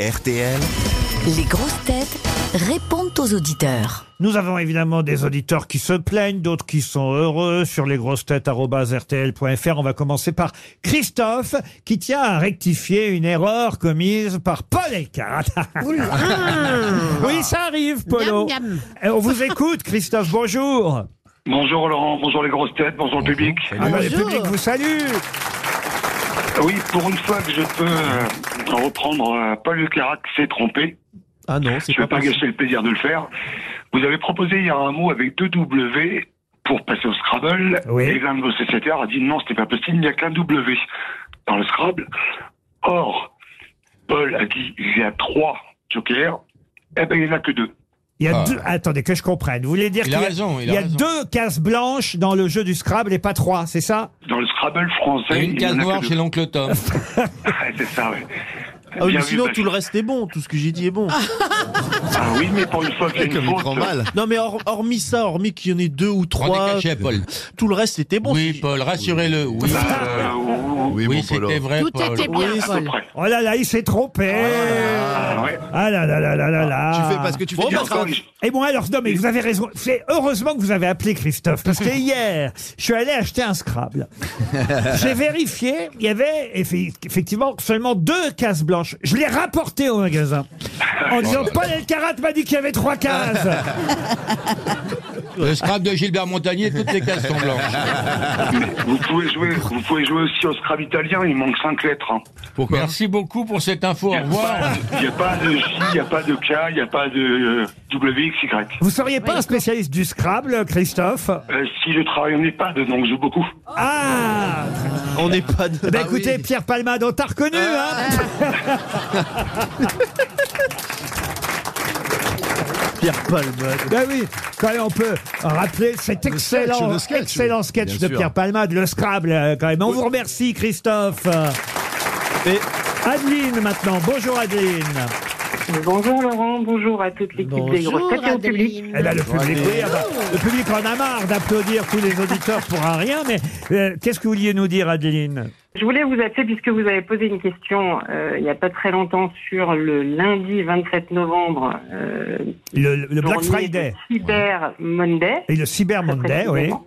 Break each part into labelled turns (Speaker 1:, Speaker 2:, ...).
Speaker 1: RTL.
Speaker 2: Les grosses têtes répondent aux auditeurs.
Speaker 3: Nous avons évidemment des auditeurs qui se plaignent, d'autres qui sont heureux sur lesgrossetêtes.rtl.fr. On va commencer par Christophe qui tient à rectifier une erreur commise par Paul Elkarat. oui, ça arrive, Polo.
Speaker 4: Ah. Miam,
Speaker 3: Eh, On vous écoute, Christophe, bonjour.
Speaker 5: Bonjour Laurent, bonjour les grosses têtes, bonjour le public.
Speaker 3: Ah bah, le
Speaker 4: Bonjour.
Speaker 3: public vous salue.
Speaker 5: Oui, pour une fois que je peux euh, reprendre euh, Paul Lucarat s'est trompé.
Speaker 6: Ah non, c'est
Speaker 5: Je ne
Speaker 6: pas
Speaker 5: vais pas
Speaker 6: possible.
Speaker 5: gâcher le plaisir de le faire. Vous avez proposé hier un mot avec deux W pour passer au Scrabble.
Speaker 3: Oui.
Speaker 5: Et l'un de vos sociétaires a dit non, c'était pas possible, il n'y a qu'un W dans le Scrabble. Or, Paul a dit il y a trois jokers. Eh ben, il n'y en a que deux.
Speaker 3: Il y a
Speaker 6: Ah.
Speaker 3: deux... Attendez, que je comprenne. Vous voulez dire
Speaker 6: Il
Speaker 3: qu'il
Speaker 6: a
Speaker 3: y a,
Speaker 6: raison, il a
Speaker 3: il y a
Speaker 6: raison.
Speaker 3: deux cases blanches dans le jeu du Scrabble et pas trois, c'est ça
Speaker 5: Dans le Scrabble
Speaker 6: Il y a
Speaker 5: français,
Speaker 6: une
Speaker 5: il y
Speaker 6: case
Speaker 5: en a
Speaker 6: noire
Speaker 5: que
Speaker 6: chez
Speaker 5: deux.
Speaker 6: l'oncle Tom.
Speaker 5: C'est ça, ouais.
Speaker 6: Ah oui,
Speaker 5: Bien
Speaker 6: mais
Speaker 5: vu,
Speaker 6: sinon
Speaker 5: Bach.
Speaker 6: tout le reste est bon, tout ce que j'ai dit est bon.
Speaker 5: Ah oui, mais pour une fois que j'ai une faute.
Speaker 6: Non mais hor- hormis ça, hormis qu'il y en ait deux ou trois, tout le reste était bon. Oui Paul, rassurez-le. Oui,
Speaker 5: Euh, ou-
Speaker 6: oui, c'était vrai.
Speaker 4: Tout était Eh bien,
Speaker 5: Oui, à peu
Speaker 4: Paul.
Speaker 5: près.
Speaker 3: Oh là là, il s'est trompé.
Speaker 5: Ah ouais.
Speaker 3: Ah là là là là là là.
Speaker 6: que Ah,
Speaker 1: bah,
Speaker 6: tu fais
Speaker 4: bah,
Speaker 5: Et encore, je-
Speaker 3: Et bon alors, non mais vous avez raison. C'est heureusement que vous avez appelé Christophe parce que hier, je suis allé acheter un Scrabble. J'ai vérifié, il y avait effe- effectivement seulement deux cases blanches. Je l'ai rapporté au magasin en disant Paul Elkarat m'a dit qu'il y avait trois cases.
Speaker 6: Le scrap de Gilbert Montagnier, toutes les cases sont blanches.
Speaker 5: Vous pouvez jouer, vous pouvez jouer aussi au Scrabble italien, il manque cinq lettres. hein.
Speaker 6: Merci beaucoup pour cette info.
Speaker 7: Ah,
Speaker 6: Au
Speaker 5: Il n'y
Speaker 6: revoir.
Speaker 5: a, pas de J, il n'y a pas de K, il n'y a pas de euh, W, X, Y.
Speaker 3: Vous seriez pas un spécialiste du Scrabble, Christophe
Speaker 5: Euh, si je travaille, on n'est pas dedans, je joue beaucoup.
Speaker 3: Ah
Speaker 6: On n'est pas. De... Ah
Speaker 3: Bah écoutez, Pierre Palmade, on t'a reconnu, hein
Speaker 6: Pierre
Speaker 4: bah,
Speaker 6: Palmade.
Speaker 3: Ben oui, quand même, on peut rappeler cet excellent
Speaker 6: le
Speaker 3: excellent
Speaker 6: sketch,
Speaker 3: sketch,
Speaker 6: oui. Bien
Speaker 3: de
Speaker 6: sûr.
Speaker 3: Pierre Palmade, le Scrabble, euh, quand même. On vous remercie, Christophe.
Speaker 6: Et-
Speaker 3: Adeline, maintenant. Bonjour, Adeline.
Speaker 8: Bonjour Laurent, bonjour à toute l'équipe des grosses têtes et au public.
Speaker 4: Adeline.
Speaker 3: Eh ben, le public, oui,
Speaker 6: bah.
Speaker 3: ah ben, le public en a marre d'applaudir tous les auditeurs pour un rien, mais euh, qu'est-ce que vous vouliez nous dire, Adeline
Speaker 8: Je voulais vous appeler puisque vous avez posé une question euh, il n'y a pas très longtemps sur le lundi 27 novembre. euh,
Speaker 3: Le, le Black
Speaker 8: journée
Speaker 3: Friday
Speaker 8: de Cyber Monday.
Speaker 3: et le Cyber
Speaker 8: très
Speaker 3: Monday, Ben oui.
Speaker 8: précisément.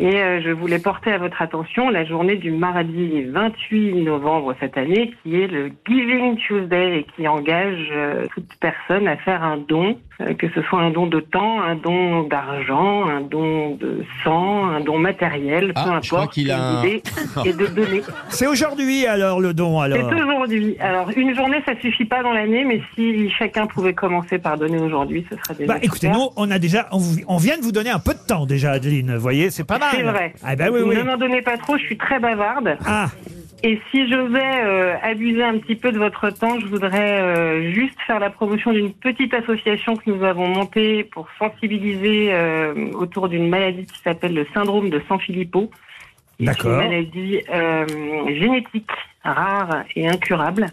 Speaker 8: Et euh, je voulais porter à votre attention la journée du mardi 28 novembre cette année, qui est le Giving Tuesday et qui engage euh, toute personne à faire un don, euh, que ce soit un don de temps, un don d'argent, un don de sang, un don matériel,
Speaker 6: Ah,
Speaker 8: peu
Speaker 6: je crois
Speaker 8: importe.
Speaker 6: qu'il a
Speaker 8: L'idée est de donner.
Speaker 3: C'est aujourd'hui, alors, le don,
Speaker 8: C'est
Speaker 3: alors.
Speaker 8: aujourd'hui. Alors une journée, ça suffit pas dans l'année, mais si chacun pouvait commencer par donner aujourd'hui, ce serait déjà
Speaker 3: Bah, écoutez,
Speaker 8: super.
Speaker 3: nous, on a déjà, on, vous- on vient de vous donner un peu de temps déjà, Adeline. Vous voyez, c'est pas mal.
Speaker 8: C'est vrai.
Speaker 3: Ah ben oui, oui.
Speaker 8: Ne m'en donnez pas trop, je suis très bavarde.
Speaker 3: Ah,
Speaker 8: Et si je vais euh, abuser un petit peu de votre temps, je voudrais euh, juste faire la promotion d'une petite association que nous avons montée pour sensibiliser euh, autour d'une maladie qui s'appelle le syndrome de Sanfilippo. qui est
Speaker 3: D'accord.
Speaker 8: Une maladie euh, génétique rare et incurable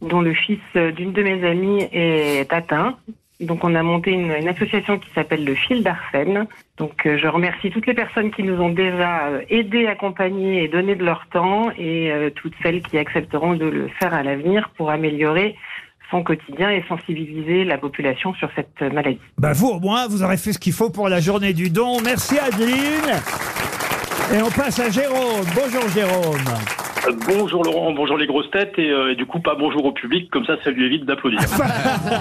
Speaker 8: dont le fils d'une de mes amies est atteint. Donc on a monté une, une association qui s'appelle le Fil d'Arsène. Donc euh, je remercie toutes les personnes qui nous ont déjà euh, aidés, accompagnés et donné de leur temps et euh, toutes celles qui accepteront de le faire à l'avenir pour améliorer son quotidien et sensibiliser la population sur cette euh, maladie.
Speaker 3: bah vous au moins, vous aurez fait ce qu'il faut pour la journée du don. Merci Adeline. Et on passe à Jérôme. Bonjour Jérôme.
Speaker 9: Euh, Bonjour Laurent, bonjour les grosses têtes et, euh, et du coup pas bonjour au public, comme ça ça lui évite d'applaudir.
Speaker 3: Je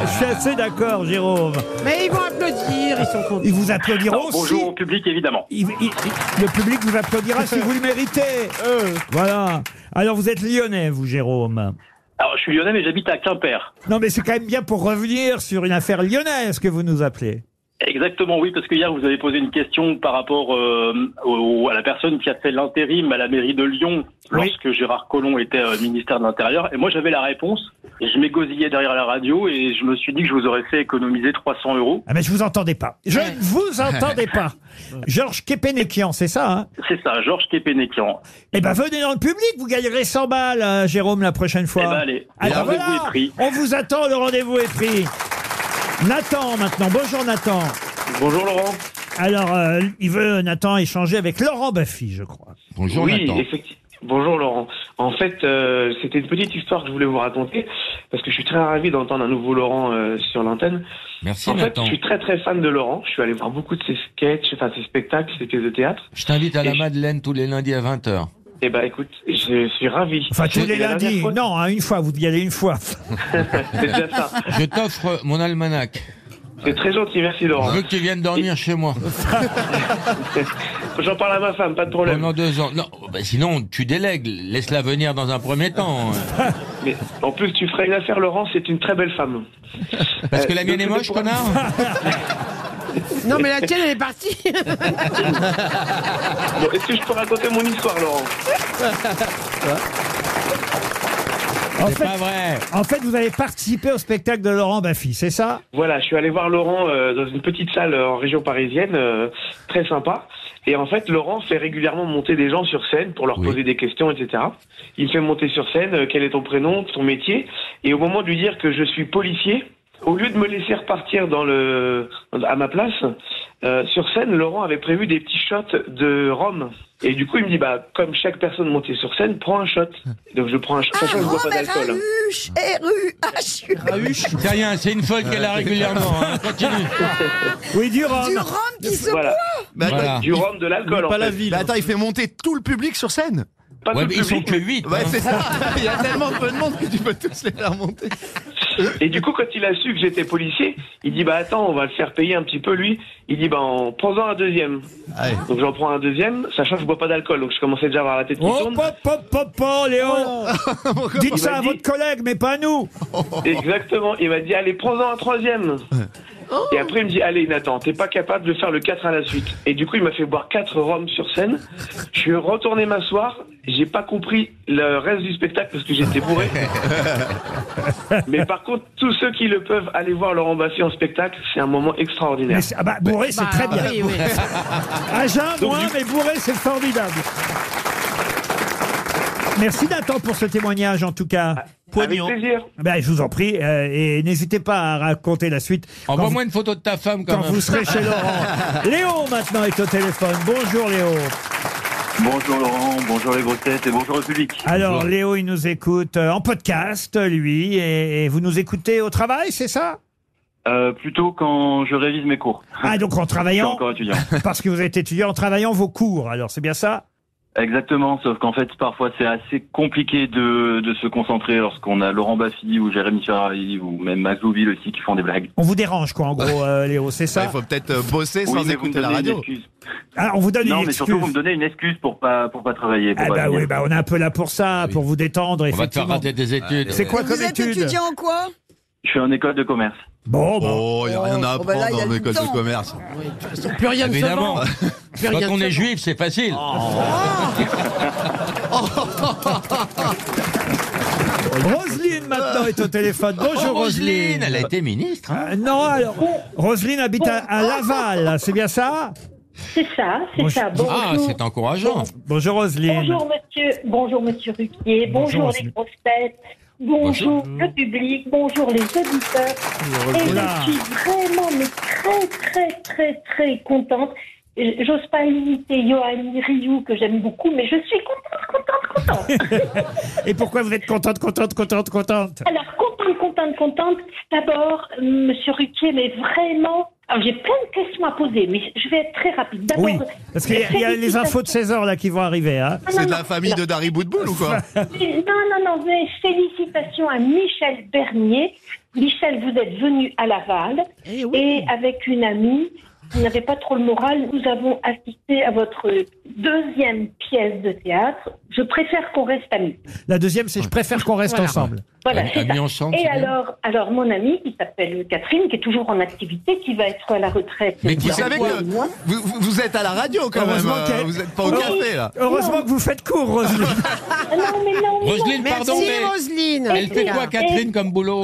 Speaker 3: suis assez d'accord, Jérôme.
Speaker 4: Mais ils vont applaudir, ils sont contents.
Speaker 3: Ils vous applaudiront
Speaker 9: Alors, bonjour au
Speaker 3: si...
Speaker 9: public évidemment.
Speaker 3: il- il- il- le public vous applaudira si vous le méritez.
Speaker 9: Euh.
Speaker 3: Voilà. Alors vous êtes lyonnais, vous Jérôme.
Speaker 9: Alors je suis lyonnais mais j'habite à Quimper.
Speaker 3: Non mais c'est quand même bien pour revenir sur une affaire lyonnaise que vous nous appelez.
Speaker 9: Exactement oui, parce que hier vous avez posé une question par rapport euh, au- à la personne qui a fait l'intérim à la mairie de Lyon
Speaker 3: Oui.
Speaker 9: lorsque Gérard Collomb était euh, ministère de l'Intérieur et moi j'avais la réponse et je m'égosillais derrière la radio et je me suis dit que je vous aurais fait économiser 300 euros.
Speaker 3: Ah mais je vous entendais pas. Je ne vous entendais pas. Georges Kepenekian, c'est ça hein
Speaker 9: C'est ça, Georges Kepenekian.
Speaker 3: Eh ben venez dans le public, vous gagnerez 100 balles, euh, Jérôme, la prochaine fois.
Speaker 9: Eh ben, allez,
Speaker 3: Ah,
Speaker 9: le
Speaker 3: ben,
Speaker 9: rendez-vous
Speaker 3: voilà.
Speaker 9: est pris.
Speaker 3: On vous attend, le rendez-vous est pris. Nathan maintenant, bonjour Nathan.
Speaker 9: Bonjour Laurent.
Speaker 3: Alors, euh, il veut, Nathan, échanger avec Laurent Baffy, je crois.
Speaker 6: Bonjour
Speaker 9: oui,
Speaker 6: Nathan.
Speaker 9: effecti-
Speaker 1: Bonjour Laurent. En fait, euh, c'était une petite histoire que je voulais vous raconter parce que je suis très ravi d'entendre un nouveau Laurent euh, sur l'antenne.
Speaker 7: Merci,
Speaker 1: En fait,
Speaker 7: Nathan.
Speaker 1: je suis très très fan de Laurent. Je suis allé voir beaucoup de ses sketchs, enfin ses spectacles, ses pièces de théâtre.
Speaker 7: Je t'invite à la Madeleine tous les lundis à 20h.
Speaker 1: Et bah écoute, je suis ravi.
Speaker 7: Enfin, tous
Speaker 1: Et
Speaker 7: les
Speaker 1: la dernière
Speaker 7: lundis,
Speaker 1: fois-
Speaker 3: Non, hein, une fois, vous y allez une fois.
Speaker 1: C'est déjà ça.
Speaker 7: Je t'offre mon almanach.
Speaker 1: C'est très gentil, merci Laurent.
Speaker 7: Je veux que tu viennes dormir chez moi.
Speaker 1: J'en parle à ma femme, pas de problème.
Speaker 7: Pendant deux ans. Non, bah sinon, tu délègues. Laisse-la venir dans un premier temps. hein.
Speaker 1: Mais en plus, tu ferais une affaire, Laurent, c'est une très belle femme. Euh,
Speaker 7: Parce que la mienne est moche, connard
Speaker 4: Non, mais la tienne, elle est partie.
Speaker 1: Bon, Est-ce que je peux raconter mon histoire, Laurent
Speaker 3: C'est pas
Speaker 7: vrai.
Speaker 3: En fait, vous avez participé au spectacle de Laurent Baffy, c'est ça
Speaker 1: Voilà, je suis allé voir Laurent euh, dans une petite salle euh, en région parisienne, euh, très sympa. Et en fait, Laurent fait régulièrement monter des gens sur scène pour leur poser des questions, etc. Il me fait monter sur scène, euh, quel est ton prénom, ton métier, et au moment de lui dire que je suis policier, au lieu de me laisser repartir dans le, à ma place, euh, sur scène, Laurent avait prévu des petits shots de rhum. Et du coup, il me dit, bah, comme chaque personne montée sur scène, prends un shot. Donc je prends un shot,
Speaker 2: Ah,
Speaker 1: sachant que je bois pas d'alcool. hein.
Speaker 7: C'est rien, c'est une folle qu'elle a régulièrement. hein. Continue.
Speaker 3: Oui, du rhum.
Speaker 10: Du rhum qui se
Speaker 1: Voilà.
Speaker 10: boit
Speaker 7: Voilà.
Speaker 1: Du rhum, de l'alcool. en fait.
Speaker 10: Bah attends, il fait monter tout le public sur scène
Speaker 1: Pas
Speaker 7: Ouais,
Speaker 1: tout
Speaker 7: mais
Speaker 1: le
Speaker 7: ils sont
Speaker 1: public,
Speaker 7: que 8.
Speaker 10: Ouais, c'est ça Il y a tellement peu de monde que tu peux tous les faire monter
Speaker 1: Et du coup, quand il a su que j'étais policier, il dit bah attends, on va le faire payer un petit peu lui. Il dit bah en prends-en un deuxième.
Speaker 10: Allez.
Speaker 1: Donc j'en prends un deuxième, sachant que je bois pas d'alcool, donc je commençais déjà à avoir la tête qui
Speaker 3: Oh,
Speaker 1: tourne.
Speaker 3: pop, pop, pop, pop, Léon Dites
Speaker 1: Il
Speaker 3: ça
Speaker 1: m'a
Speaker 3: à
Speaker 1: dit-
Speaker 3: votre collègue, mais pas à nous
Speaker 1: Exactement. Il m'a dit allez prends-en un troisième. Et après il me dit allez Nathan, t'es pas capable de faire le 4 à la suite. Et du coup il m'a fait boire quatre rhums sur scène. Je suis retourné m'asseoir. J'ai pas compris le reste du spectacle parce que j'étais bourré. Mais par contre tous ceux qui le peuvent aller voir Laurent Bassi en spectacle, c'est un moment extraordinaire.
Speaker 3: Mais c'est- ah bah, bourré, c'est
Speaker 4: Bah,
Speaker 3: très
Speaker 8: euh,
Speaker 4: oui,
Speaker 3: bien.
Speaker 4: oui.
Speaker 3: À jeun,
Speaker 1: Donc,
Speaker 3: moins,
Speaker 1: du-
Speaker 3: mais bourré, c'est formidable. Merci Nathan pour ce témoignage en tout cas.
Speaker 6: Poignant.
Speaker 1: Avec plaisir.
Speaker 3: Ben, je vous en prie, euh, et n'hésitez pas à raconter la suite quand, vous,
Speaker 7: Envoie-moi une photo de ta femme quand
Speaker 3: quand
Speaker 7: même.
Speaker 3: vous serez chez Laurent. Léo maintenant est au téléphone. Bonjour Léo.
Speaker 5: Bonjour Laurent, bonjour les grosses têtes et bonjour le public.
Speaker 3: Alors Léo, il nous écoute euh, en podcast, lui, et, et vous nous écoutez au travail, c'est ça
Speaker 5: Euh, plutôt quand je révise mes cours.
Speaker 3: Ah donc en
Speaker 5: Je suis
Speaker 3: travaillant,
Speaker 5: encore étudiant.
Speaker 3: parce que vous êtes étudiant, en travaillant vos cours, alors c'est bien ça
Speaker 5: Exactement, sauf qu'en fait, parfois, c'est assez compliqué de, de se concentrer lorsqu'on a Laurent Baffy ou Jérémy Ferrari ou même Max Boublil aussi qui font des blagues.
Speaker 3: On vous dérange quoi en gros euh, Léo, c'est
Speaker 10: Ça,
Speaker 3: ça
Speaker 10: il faut peut-être euh, bosser
Speaker 5: Oui,
Speaker 10: sans
Speaker 5: mais vous me
Speaker 10: écouter
Speaker 5: donnez
Speaker 10: la
Speaker 5: une
Speaker 10: radio
Speaker 5: excuse.
Speaker 3: Ah, on vous donne
Speaker 5: Non,
Speaker 3: une
Speaker 5: mais
Speaker 3: excuse.
Speaker 5: surtout, vous me donnez une excuse pour pas, pour pas travailler. Pour
Speaker 3: Ah
Speaker 5: pas
Speaker 3: bah
Speaker 5: venir.
Speaker 3: oui, bah on est un peu là pour ça, pour vous détendre.
Speaker 7: Ah On va te faire
Speaker 3: effectivement.
Speaker 7: rater tes études.
Speaker 3: C'est quoi comme étude
Speaker 11: en quoi
Speaker 5: Je suis en école de commerce.
Speaker 3: Bon, bon.
Speaker 10: Oh, il n'y a rien à
Speaker 11: Oh, bah
Speaker 10: apprendre
Speaker 11: là, il y a
Speaker 10: dans
Speaker 11: du
Speaker 10: l'école de
Speaker 11: temps.
Speaker 10: commerce
Speaker 4: Plus rien ne se
Speaker 7: Évidemment.
Speaker 4: vend. Plus
Speaker 7: Quand
Speaker 4: rien
Speaker 7: on
Speaker 4: ne
Speaker 7: est
Speaker 4: se
Speaker 7: juif, c'est facile.
Speaker 3: Oh, Roselyne maintenant est au téléphone. Bonjour
Speaker 7: Oh, Roselyne,
Speaker 3: Roselyne.
Speaker 7: elle a été ministre. hein.
Speaker 3: Euh, non, alors, Roselyne habite à, à Laval, c'est bien ça
Speaker 11: C'est ça, c'est ça. Bonjour.
Speaker 7: Ah, c'est encourageant.
Speaker 3: Bonjour Roselyne.
Speaker 11: Bonjour monsieur, bonjour monsieur Ruquier,
Speaker 3: Bonjour,
Speaker 11: bonjour,
Speaker 3: monsieur.
Speaker 11: les grosses têtes, bonjour,
Speaker 3: Mm.
Speaker 11: le public, bonjour les auditeurs. Et
Speaker 3: Oula.
Speaker 11: je suis vraiment mais très très très très contente. J- J'ose pas imiter Yoann Ryu que j'aime beaucoup, mais je suis contente, contente, contente.
Speaker 3: Et pourquoi vous êtes contente, contente, contente, contente
Speaker 11: Alors, contente, contente, contente. D'abord, euh, monsieur Ruquier, mais vraiment. Alors, j'ai plein de questions à poser, mais je vais être très rapide. D'abord, euh,
Speaker 3: Oui, parce qu'il y, a- il y a les infos de 16 heures là qui vont arriver. hein.
Speaker 11: Non, non,
Speaker 10: C'est de
Speaker 11: non.
Speaker 10: la famille de Dari Boudboul ou quoi
Speaker 11: Non, non, non, mais félicitations à Michel Bernier. Michel, vous êtes venu à Laval
Speaker 4: Eh oui.
Speaker 11: et avec une amie, vous n'avez pas trop le moral, nous avons assisté à votre deuxième pièce de théâtre. Je préfère qu'on reste amis.
Speaker 3: La deuxième, c'est je préfère qu'on reste
Speaker 4: Voilà.
Speaker 3: ensemble.
Speaker 11: Voilà,
Speaker 7: Ami-
Speaker 11: c'est
Speaker 7: amis
Speaker 11: ça.
Speaker 7: ensemble,
Speaker 11: Et
Speaker 7: c'est bien.
Speaker 11: alors, alors, mon amie qui s'appelle Catherine, qui est toujours en activité, qui va être à la retraite.
Speaker 7: Mais qui
Speaker 10: Vous
Speaker 11: dans
Speaker 10: savez
Speaker 11: un
Speaker 10: que
Speaker 11: mois.
Speaker 10: vous, vous- vous êtes à la radio quand même
Speaker 3: Heureusement
Speaker 10: euh,
Speaker 3: qu'elle-
Speaker 10: Vous n'êtes pas au café là
Speaker 3: Heureusement
Speaker 11: Non.
Speaker 3: que vous faites court, Roselyne.
Speaker 11: Ah non, mais non, mais non.
Speaker 7: Roselyne, pardon,
Speaker 4: Merci,
Speaker 7: mais
Speaker 4: Roselyne.
Speaker 7: elle fait quoi, Catherine, comme boulot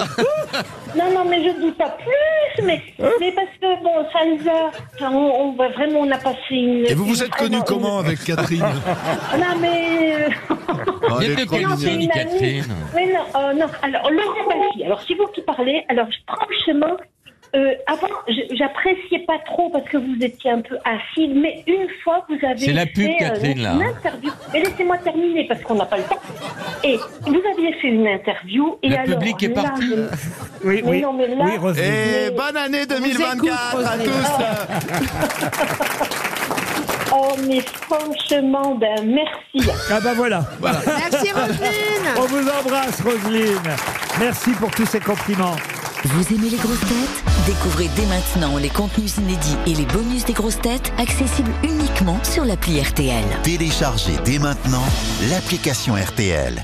Speaker 11: Non, non, mais je dis pas plus, mais,
Speaker 10: Hein
Speaker 11: mais parce que, bon, ça nous a... enfin, on, on va vraiment, on a passé une...
Speaker 10: Et vous vous
Speaker 11: une-
Speaker 10: êtes connu
Speaker 11: vraiment une-
Speaker 10: comment avec Catherine
Speaker 11: Non, mais... euh,
Speaker 10: Oh,
Speaker 7: Il
Speaker 10: elle
Speaker 7: était
Speaker 10: est trop
Speaker 7: connu.
Speaker 10: mignonne.
Speaker 7: Jenny
Speaker 11: une amie.
Speaker 7: Catherine.
Speaker 11: Mais non, euh, non, alors, Laurent Baffy, alors c'est vous qui parlez, alors franchement, euh, avant, je- j'appréciais pas trop parce que vous étiez un peu acide, mais une fois vous avez
Speaker 7: C'est la pub,
Speaker 11: fait, euh,
Speaker 7: Catherine, là,
Speaker 11: une
Speaker 7: hein.
Speaker 11: interview. Mais laissez-moi terminer parce qu'on n'a pas le temps. Et vous aviez fait une interview et
Speaker 7: Le
Speaker 11: alors
Speaker 7: public est
Speaker 11: là,
Speaker 7: parti.
Speaker 11: je-
Speaker 7: Oui,
Speaker 11: Mais
Speaker 7: oui.
Speaker 11: non, mais là,
Speaker 7: Oui, Roselyne.
Speaker 10: Et Eh, bonne année 2024 à
Speaker 11: Ah.
Speaker 10: tous.
Speaker 11: Oh, mais franchement, ben merci.
Speaker 3: Ah bah voilà.
Speaker 11: Merci, Roselyne.
Speaker 3: On vous embrasse Roselyne. Merci pour tous ces compliments.
Speaker 2: Vous aimez les grosses têtes Découvrez dès maintenant les contenus inédits et les bonus des grosses têtes accessibles uniquement sur l'appli RTL.
Speaker 12: Téléchargez dès maintenant l'application RTL.